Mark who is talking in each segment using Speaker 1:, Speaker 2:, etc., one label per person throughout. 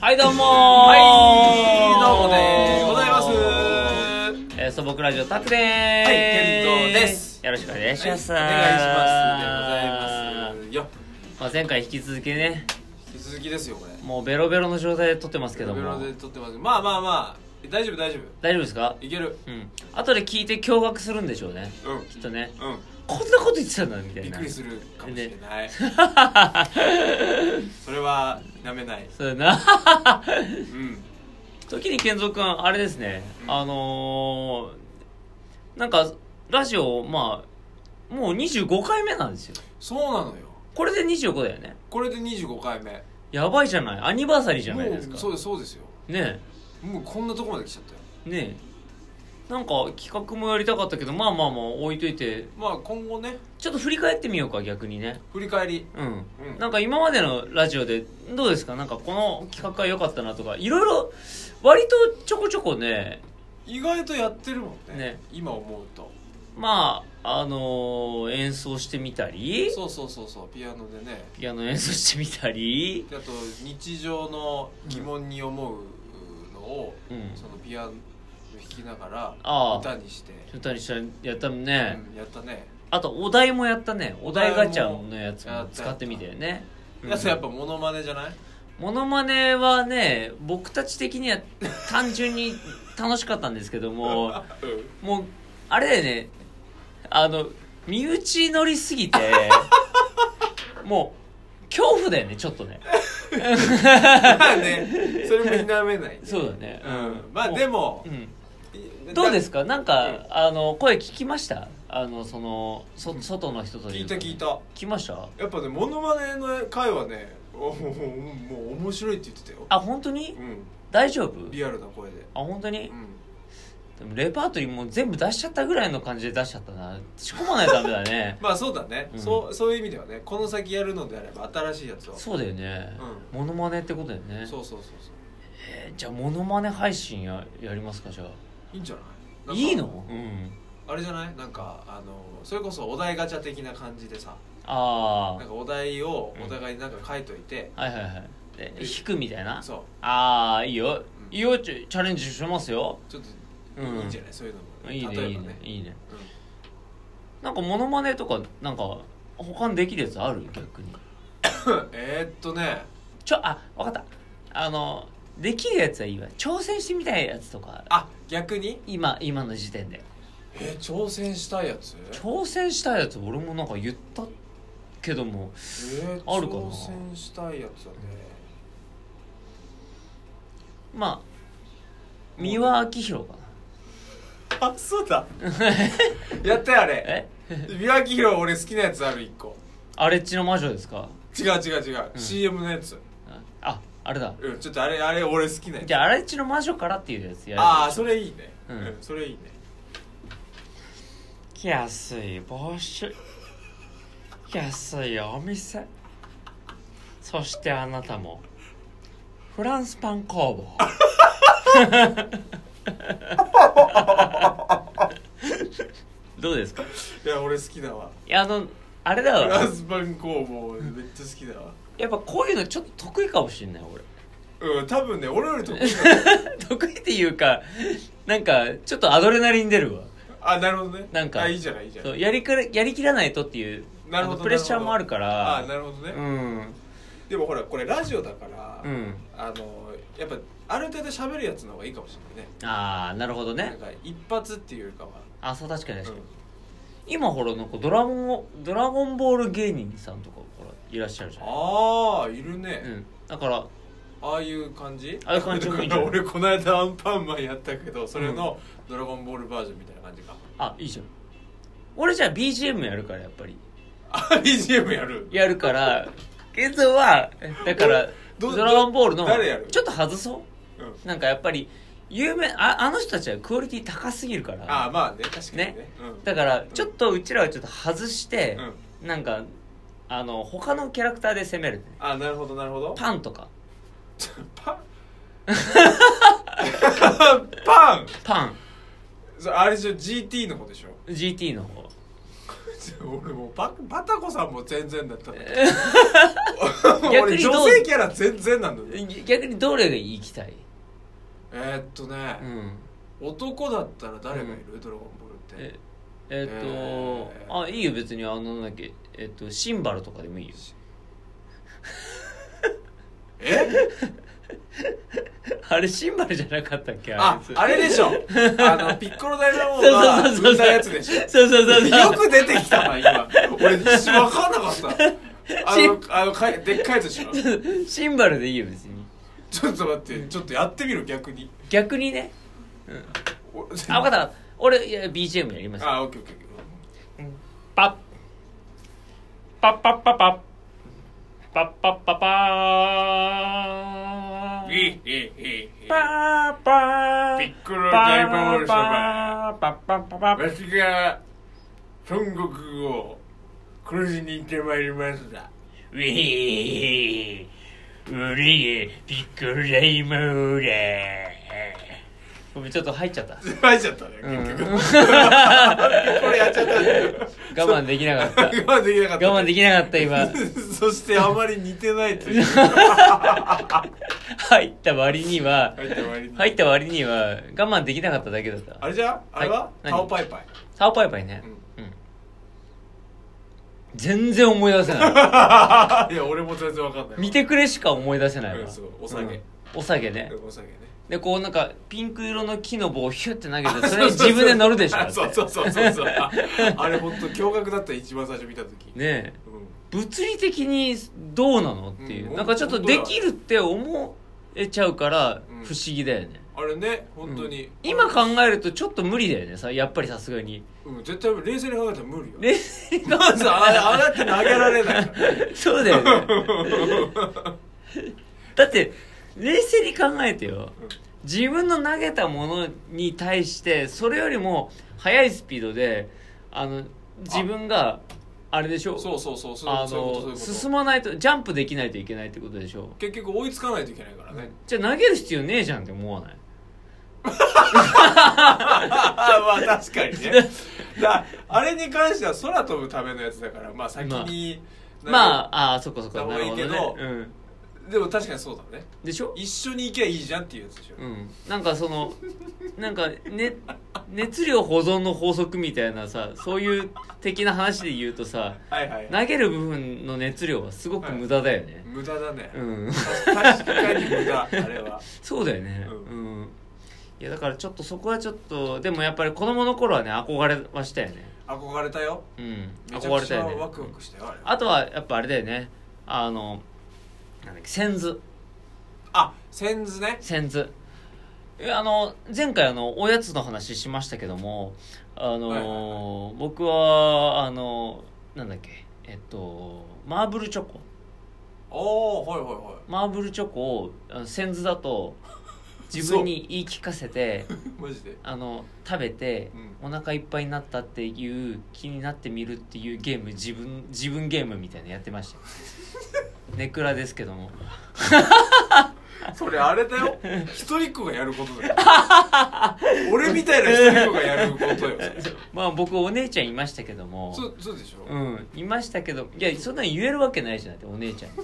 Speaker 1: はいどうも
Speaker 2: はい、どうもでございます。は
Speaker 1: えー、素朴ラジオタクでーす
Speaker 2: はい健三です
Speaker 1: よろしくお願いし
Speaker 2: いお願いしま。
Speaker 1: ますす、
Speaker 2: でございます。よ、
Speaker 1: まあ、前回引き続きね
Speaker 2: 引き続きですよ、これ。
Speaker 1: もうベロベロの状態で撮ってますけど
Speaker 2: ベロ
Speaker 1: も
Speaker 2: ベロで撮ってます。まあまあまあ、大丈夫大丈
Speaker 1: 大丈夫ですか
Speaker 2: 夫。いける。
Speaker 1: うん後で聞いて驚愕するんでしょうね
Speaker 2: うん。
Speaker 1: きっとね
Speaker 2: う
Speaker 1: こんなこと言ってたんだみた
Speaker 2: ん。
Speaker 1: いな
Speaker 2: びっくりするかもしれない。それは、なめない。
Speaker 1: そうだな
Speaker 2: うん。
Speaker 1: 時に健三君あれですね、
Speaker 2: うん
Speaker 1: あのー、なんかラジオまあもう25回目なんですよ
Speaker 2: そうなのよ。
Speaker 1: これで25だよね
Speaker 2: これで25回目。
Speaker 1: やばいじゃないアニバーサリーじゃないです
Speaker 2: も
Speaker 1: か
Speaker 2: うそうです、そうですよ。
Speaker 1: ね
Speaker 2: もうこんなとこまで来ちゃったよ。
Speaker 1: えねえなんか企画もやりたかったけどまあまあまあ置いといて
Speaker 2: まあ今後ね、
Speaker 1: ちょっと振り返ってみようか逆にね
Speaker 2: 振り返り。
Speaker 1: うん、
Speaker 2: うん
Speaker 1: なんか今までのラジオでどうですかなんかこの企画が良かったなとかいろいろ割とちょこちょこね
Speaker 2: 意外とやってるもんね。
Speaker 1: ね
Speaker 2: 今思うと。
Speaker 1: まああのー演奏してみたり
Speaker 2: そうそうそうそう、ピアノでね。
Speaker 1: ピアノ演奏してみたり
Speaker 2: であと日常の疑問に思うのを、
Speaker 1: うん
Speaker 2: そのピアノ弾きなが
Speaker 1: あ
Speaker 2: ら
Speaker 1: あ
Speaker 2: 歌にして、
Speaker 1: 歌にしたりやったの
Speaker 2: う
Speaker 1: ね、
Speaker 2: んやったね、
Speaker 1: あとお題もやったねお題
Speaker 2: お題も
Speaker 1: ガチャのやつも使ってみたよねうん
Speaker 2: やつやっぱモノマネじゃない
Speaker 1: モノマネはね僕たち的には単純に楽しかったんですけど ももうあれだよねあの身内乗りすぎ てもう恐怖だよねちょっとね
Speaker 2: まあ ねそれも否めない、
Speaker 1: そうだね
Speaker 2: うんまあでも
Speaker 1: う、んどうです
Speaker 2: か
Speaker 1: かなん
Speaker 2: う
Speaker 1: かあの声聞きましたあのそのそ外の人と
Speaker 2: 聞
Speaker 1: う
Speaker 2: い
Speaker 1: か
Speaker 2: た聞いた
Speaker 1: 聞きました
Speaker 2: やっぱねモノマネの回はねおもうもう面白いって言ってたよ
Speaker 1: あ本当に
Speaker 2: う
Speaker 1: 大丈夫
Speaker 2: んリアルな声で
Speaker 1: あ本当に
Speaker 2: うん
Speaker 1: でもレパートリーもう全部出しちゃったぐらいの感じで出しちゃったな仕込まないとダメだ ね
Speaker 2: まあそうだね、
Speaker 1: うん
Speaker 2: そうそういう意味ではねこの先やるのであれば新しいやつをそう
Speaker 1: そうだよね、モノマネってことだよね
Speaker 2: そうそうそう
Speaker 1: えーじゃあモノマネ配信ややりますかじゃ
Speaker 2: いいんじゃ
Speaker 1: あ
Speaker 2: ないなんか
Speaker 1: いいのうん
Speaker 2: あれじゃないなんかあのそれこそお題ガチャ的な感じでさ
Speaker 1: あ
Speaker 2: なんかお題を
Speaker 1: うん
Speaker 2: お互いになんか書いといて、
Speaker 1: あはいはいはいで引くみたいな
Speaker 2: そう
Speaker 1: ああいいよ
Speaker 2: うん
Speaker 1: いいよチャチャレンジしますよ
Speaker 2: ちょっと
Speaker 1: うん
Speaker 2: いいんじゃない、そういうのも、
Speaker 1: いいね
Speaker 2: 例
Speaker 1: い
Speaker 2: え
Speaker 1: い
Speaker 2: ば
Speaker 1: ね
Speaker 2: ね
Speaker 1: いいね
Speaker 2: うん
Speaker 1: なんかモノマネとかなんか他にできるやつある逆に
Speaker 2: えーっとね
Speaker 1: ちょあわかったあのできるやつはいいわ挑戦してみたいやつとか
Speaker 2: あ逆に
Speaker 1: 今今の時点で
Speaker 2: えー挑戦したいやつ
Speaker 1: 挑戦したいやつ俺もなんか言ったけども
Speaker 2: えー
Speaker 1: あるかな
Speaker 2: 挑戦したいやつはね
Speaker 1: まあ三輪明宏かな
Speaker 2: あ そうだやったよあれ
Speaker 1: え
Speaker 2: 三輪明宏俺好きなやつある一個
Speaker 1: 荒れ地の魔女ですか
Speaker 2: 違う違う違う、
Speaker 1: うん
Speaker 2: CM のやつ
Speaker 1: ああれだ
Speaker 2: うんちょっとあれあれ俺好きなや
Speaker 1: じ
Speaker 2: つ
Speaker 1: ゃあ荒れ地の魔女からっていうやつやる
Speaker 2: ああーそれいいね、
Speaker 1: うん
Speaker 2: うん、それいいね
Speaker 1: 安い帽子安いお店そしてあなたもフランスパン工房どうですか
Speaker 2: いや俺好きだわ
Speaker 1: いやあのあれだ
Speaker 2: フラ
Speaker 1: わ
Speaker 2: ンスパン工房めっちゃ好きだわ
Speaker 1: やっぱこういうのちょっと得意かもしんない俺
Speaker 2: うん多分ね俺より得意だよ
Speaker 1: 得意っていうかなんかちょっとアドレナリン出るわ
Speaker 2: あなるほどね
Speaker 1: なんか
Speaker 2: あいいじゃないいいじゃな
Speaker 1: そ
Speaker 2: いう
Speaker 1: やりくれやりきらないとっていう
Speaker 2: なるほど
Speaker 1: あのプレッシャーもあるから
Speaker 2: あなるほどね、
Speaker 1: うん
Speaker 2: でもほらこれラジオだから、
Speaker 1: うん
Speaker 2: あのやっぱある程度喋るやつの方がいいかもしれないね
Speaker 1: ああなるほど
Speaker 2: なん
Speaker 1: ね
Speaker 2: か一発っていうよりかは、
Speaker 1: あそう確かに確
Speaker 2: う
Speaker 1: かに、
Speaker 2: ん
Speaker 1: 今ほらなんかドラゴンをドラゴンボール芸人さんとかほらいらっしゃるじゃん
Speaker 2: ああいる
Speaker 1: う
Speaker 2: ね、
Speaker 1: んだから
Speaker 2: ああいう感じ
Speaker 1: ああいう感じもいいんじゃない
Speaker 2: 俺この間アンパンマンやったけどそれの「ドラゴンボール」バージョンみたいな感じか、
Speaker 1: あいいじゃん俺じゃあ BGM やるからやっぱり
Speaker 2: あ BGM やる
Speaker 1: やる から現像はだから
Speaker 2: ど
Speaker 1: ドラゴンボールの
Speaker 2: ど誰やる
Speaker 1: ちょっと外そう
Speaker 2: うん
Speaker 1: なんかやっぱり有名ああの人たちはクオリティ高すぎるから
Speaker 2: ああまあね確かにね
Speaker 1: ね
Speaker 2: うん、
Speaker 1: だからちょっとうちらはちょっと外して、
Speaker 2: うん
Speaker 1: なんかあの他のキャラクターで攻めるね
Speaker 2: ああなるほどなるほど
Speaker 1: パンとか
Speaker 2: パン パン
Speaker 1: パン
Speaker 2: それあれでしょ GT の方でしょ
Speaker 1: GT の方
Speaker 2: 俺もうババタコさんも全然だったのに
Speaker 1: 逆
Speaker 2: 俺
Speaker 1: にどう
Speaker 2: 女性キャラ全然なんだよ
Speaker 1: 逆にどれが行きたい
Speaker 2: えー、っとね
Speaker 1: う、ん
Speaker 2: 男だったら誰がいる、ドラゴンボールっ
Speaker 1: え
Speaker 2: て
Speaker 1: えっと、
Speaker 2: えー
Speaker 1: あいいよ別にあのなんだっけえっとシンバルとかでもいいよ
Speaker 2: え
Speaker 1: あれシンバルじゃなかったっけ
Speaker 2: あ
Speaker 1: いつ
Speaker 2: あれでしょあのピッコロ大魔王
Speaker 1: そう
Speaker 2: が
Speaker 1: そうそう
Speaker 2: 産
Speaker 1: んそう
Speaker 2: だやつでしょ
Speaker 1: そうそうそうそう
Speaker 2: よく出てきたな今俺一瞬分かんな かったあのあのかいでっかいやつでしょ
Speaker 1: シンバルでいいよ別に
Speaker 2: ちょっと待ってちょっとやってみろ逆に
Speaker 1: 逆にね
Speaker 2: お
Speaker 1: あ分かった俺いや BGM やります
Speaker 2: あオッケーオッケー
Speaker 1: パッパッパッパッパッパッパッパッパ
Speaker 2: オ
Speaker 1: ー
Speaker 2: ッケーいいいいいい
Speaker 1: パーパー
Speaker 2: ピッコロ大魔王様
Speaker 1: パッパッパッパッパッ
Speaker 2: わしが孫悟空を殺しに行ってまいりますだ
Speaker 1: ウィーウリーピッコロ大魔王だごめんちょっと入っちゃった
Speaker 2: 入っちゃったね
Speaker 1: うん
Speaker 2: 結局これやっちゃったね
Speaker 1: 我慢できなか った
Speaker 2: 我慢できなかった
Speaker 1: 我慢できなかった今
Speaker 2: そしてあまり似てないという
Speaker 1: 入った割には
Speaker 2: 入った割に
Speaker 1: 入った割には我慢できなかっただけだった
Speaker 2: あれじゃあれは
Speaker 1: はい
Speaker 2: タオパイパイ
Speaker 1: サオパイパイねうん全然思い出せない
Speaker 2: いや俺も全然わか んない
Speaker 1: 見てくれしか思い出せないわ
Speaker 2: うんそうお下げ
Speaker 1: うんお下げね
Speaker 2: お下げね
Speaker 1: でこうなんかピンク色の木の棒をヒュッて投げてそれに自分で乗るでしょ
Speaker 2: あそう
Speaker 1: だって
Speaker 2: そうそうそうそうああれ本当驚愕だった一番最初見た時
Speaker 1: ねえ
Speaker 2: うん
Speaker 1: 物理的にどうなのっていう、
Speaker 2: うん
Speaker 1: なんかちょっとできるって思えちゃうから
Speaker 2: うん
Speaker 1: 不思議だよね、
Speaker 2: あれね本当に
Speaker 1: うん今考えるとちょっと無理だよねさやっぱりさすがに
Speaker 2: うん絶対冷静に考えたら無理よ
Speaker 1: 冷 静に考
Speaker 2: まずあれあれだって投げられないから
Speaker 1: え そうだよねだって冷静に考えてよ自分の投げたものに対してそれよりも速いスピードであの自分があれでしょ
Speaker 2: そうそうそうそう
Speaker 1: あ
Speaker 2: そういうこと
Speaker 1: の
Speaker 2: そう
Speaker 1: 進
Speaker 2: いうこ
Speaker 1: まないとジャンプできないといけないってことでしょ
Speaker 2: と結局追いつかないといけないからね
Speaker 1: じゃあ投げる必要ねえじゃんって思わない
Speaker 2: ああまあ確かにね だあれに関しては空飛ぶためのやつだからまあ先に
Speaker 1: まあああーそっかそっか
Speaker 2: だ方
Speaker 1: な
Speaker 2: が
Speaker 1: る
Speaker 2: いい
Speaker 1: ほ
Speaker 2: け
Speaker 1: ど
Speaker 2: ど
Speaker 1: ね、うん、
Speaker 2: あでも確かにそうだね
Speaker 1: でしょ
Speaker 2: 一緒に行けばいいじゃんっていうやつでしょ
Speaker 1: うんなんかそのなんか、ね、熱量保存の法則みたいなさそういう的な話で言うとさ
Speaker 2: はいはい
Speaker 1: 投げる部分の熱量はすごく無駄だよね、
Speaker 2: 無駄だね
Speaker 1: うん
Speaker 2: 確かに無駄あれは
Speaker 1: そうだよね
Speaker 2: う
Speaker 1: うんん、いやだからちょっとそこはちょっとでもやっぱり子供の頃はね憧れましたよね
Speaker 2: 憧れたよ
Speaker 1: うん
Speaker 2: めちゃ
Speaker 1: 憧
Speaker 2: く
Speaker 1: れ
Speaker 2: ち
Speaker 1: た
Speaker 2: ゃ
Speaker 1: よね
Speaker 2: ワクワクしたよあれ
Speaker 1: あとはやっぱあれだよねあのなんだっけ千図
Speaker 2: あ線図ね
Speaker 1: 千図えあの前回あのおやつの話しましたけどもあのー
Speaker 2: はい
Speaker 1: 僕はあのなんだっけえっとマーブルチョコ
Speaker 2: おおはいはいは
Speaker 1: マーブルチョコをあの千図だと 自分に言い聞かせて
Speaker 2: いマジで
Speaker 1: あの食べて
Speaker 2: うん
Speaker 1: お腹いっぱいになったっていう気になってみるっていうゲーム自分自分ゲームみたいなのやってま したよネクラですけども
Speaker 2: それあれだよ一人っ子がやることだよ 俺みたいな一人っ子がやることよ
Speaker 1: まあ僕お姉ちゃんいましたけども
Speaker 2: そうそうでしょ、
Speaker 1: うんいましたけどいやそんなに言えるわけないじゃんってお姉ちゃんに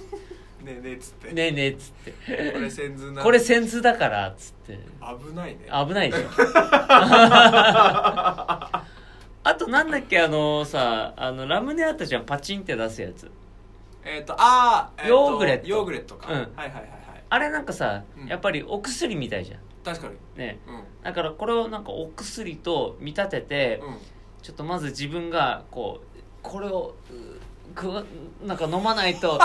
Speaker 2: ねえねえっつって、
Speaker 1: 「ねえねえ」っつって
Speaker 2: これ線
Speaker 1: 「
Speaker 2: 図 な
Speaker 1: これ千通だから」っつって
Speaker 2: 危ないね
Speaker 1: 危ないでし ょあとなんだっけあのさあのラムネあったじゃんパチンって出すやつ
Speaker 2: えっ、とあー、えーと
Speaker 1: ヨーグレット
Speaker 2: ヨーグレットか、
Speaker 1: うん
Speaker 2: はいはいはいはい
Speaker 1: あれなんかさ、
Speaker 2: うん
Speaker 1: やっぱりお薬みたいじゃん
Speaker 2: 確かに
Speaker 1: ね
Speaker 2: うん
Speaker 1: だからこれをなんかお薬と見立てて、
Speaker 2: うん
Speaker 1: ちょっとまず自分がこうこれをうくわなんか飲まない と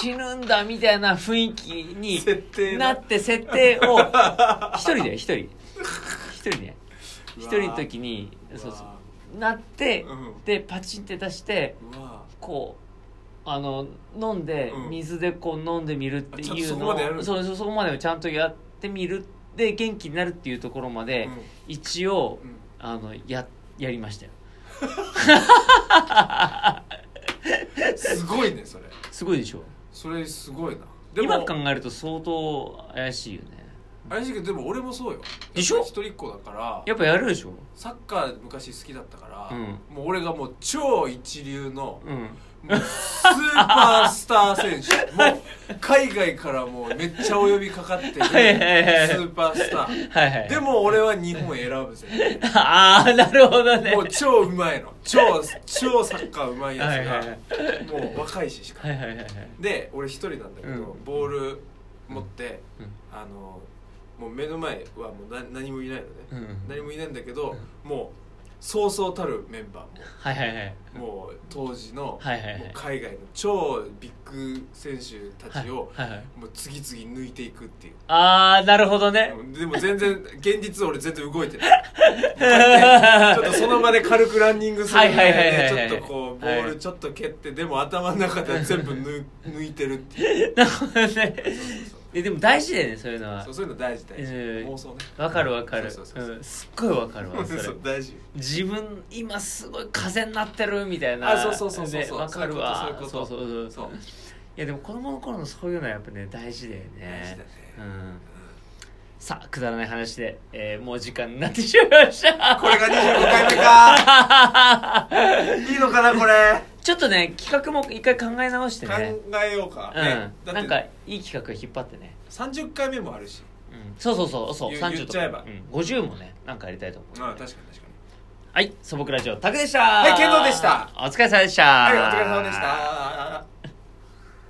Speaker 1: 死ぬんだみたいな雰囲気に
Speaker 2: 設定
Speaker 1: な
Speaker 2: な
Speaker 1: って設定 を一人で一人一人ね
Speaker 2: うわー
Speaker 1: 一人の時にそうそうなって
Speaker 2: う、ん
Speaker 1: でパチンって出して
Speaker 2: うわ
Speaker 1: こうあの飲んで、
Speaker 2: うん
Speaker 1: 水でこう飲んでみるって
Speaker 2: あちゃんと
Speaker 1: い
Speaker 2: そうこ
Speaker 1: の
Speaker 2: までやる
Speaker 1: そうそうそこまでちゃんとやってみるで元気になるっていうところまで、
Speaker 2: うん
Speaker 1: 一応、
Speaker 2: うん
Speaker 1: あのややりましたよ
Speaker 2: すごいねそれ
Speaker 1: すごいでしょ
Speaker 2: それすごいなで
Speaker 1: 今
Speaker 2: も
Speaker 1: 考えると相当怪しいよね
Speaker 2: 怪しいけどでも俺もそうよ
Speaker 1: でしょ
Speaker 2: やっぱ一人っ子だから
Speaker 1: やっぱやるでしょ
Speaker 2: サッカー昔好きだったから、
Speaker 1: うん
Speaker 2: もう俺がもう超一流の
Speaker 1: うん
Speaker 2: もうスーパースタ ー選手もう海外からもうめっちゃお呼びかかってるス
Speaker 1: はいはいはい
Speaker 2: ーパースター
Speaker 1: はいはい
Speaker 2: でも俺は日本選ぶぜ
Speaker 1: ああなるほどね
Speaker 2: もう超うまいの超超サッカーうまいや
Speaker 1: はいはいはい
Speaker 2: つがもう若いししか
Speaker 1: はいはいはいはい
Speaker 2: で俺一人なんだけど、
Speaker 1: うん
Speaker 2: ボール持って、
Speaker 1: うん
Speaker 2: あのもう目の前はもうな何もいないのね、
Speaker 1: うん
Speaker 2: 何もいないんだけど、もうそうそうたるメンバ
Speaker 1: はいはいはい
Speaker 2: ーももう当時の、
Speaker 1: はいはいはい
Speaker 2: もう海外の超ビッグ選手たちを、
Speaker 1: はいはいはい
Speaker 2: もう次々抜いていくっていう。
Speaker 1: ああなるほどね
Speaker 2: でも全然 現実俺全然動いてないもうこうやってちょっとその場で軽くランニングするぐらい
Speaker 1: はいはいはいはいはい
Speaker 2: でちょっとこうボールちょっと蹴ってでも頭の中では全部抜抜いてるっていう
Speaker 1: なるほどね
Speaker 2: そう
Speaker 1: えでも大事だよねそういうのは
Speaker 2: そうそういうの大事大事、
Speaker 1: えー
Speaker 2: 妄想ね
Speaker 1: わかるわかる
Speaker 2: そうそうそうそう
Speaker 1: うんすっごいわかるわそれ
Speaker 2: そう大事
Speaker 1: 自分今すごい風になってるみたいな
Speaker 2: あそうそうそうそう
Speaker 1: で
Speaker 2: そう
Speaker 1: わかるわ
Speaker 2: そういうこと
Speaker 1: そう
Speaker 2: そ
Speaker 1: そ
Speaker 2: ういううこと
Speaker 1: そう
Speaker 2: そう
Speaker 1: いやでも子供の頃のそういうのはやっぱね大事だよね
Speaker 2: 大事だね
Speaker 1: うんさあくだらない話で、えーもう時間になってしまいました
Speaker 2: これが25回目かいいのかなこれ
Speaker 1: ちょっとね企画も一回考え直して
Speaker 2: 考
Speaker 1: ね
Speaker 2: えようか、ね
Speaker 1: うん、
Speaker 2: だ
Speaker 1: な
Speaker 2: っ
Speaker 1: んか
Speaker 2: て
Speaker 1: いい企画引っ張ってね、
Speaker 2: 30回目もあるし
Speaker 1: うん、そうそうそうそう
Speaker 2: 言
Speaker 1: 30
Speaker 2: う
Speaker 1: とか
Speaker 2: 言っちゃえば
Speaker 1: うん、50もねなんかやりたいと思う
Speaker 2: あ確かに確かに
Speaker 1: はい素朴ラジオタクでした
Speaker 2: はいケンドーでした
Speaker 1: お疲れ様でした
Speaker 2: はいお疲れ様でした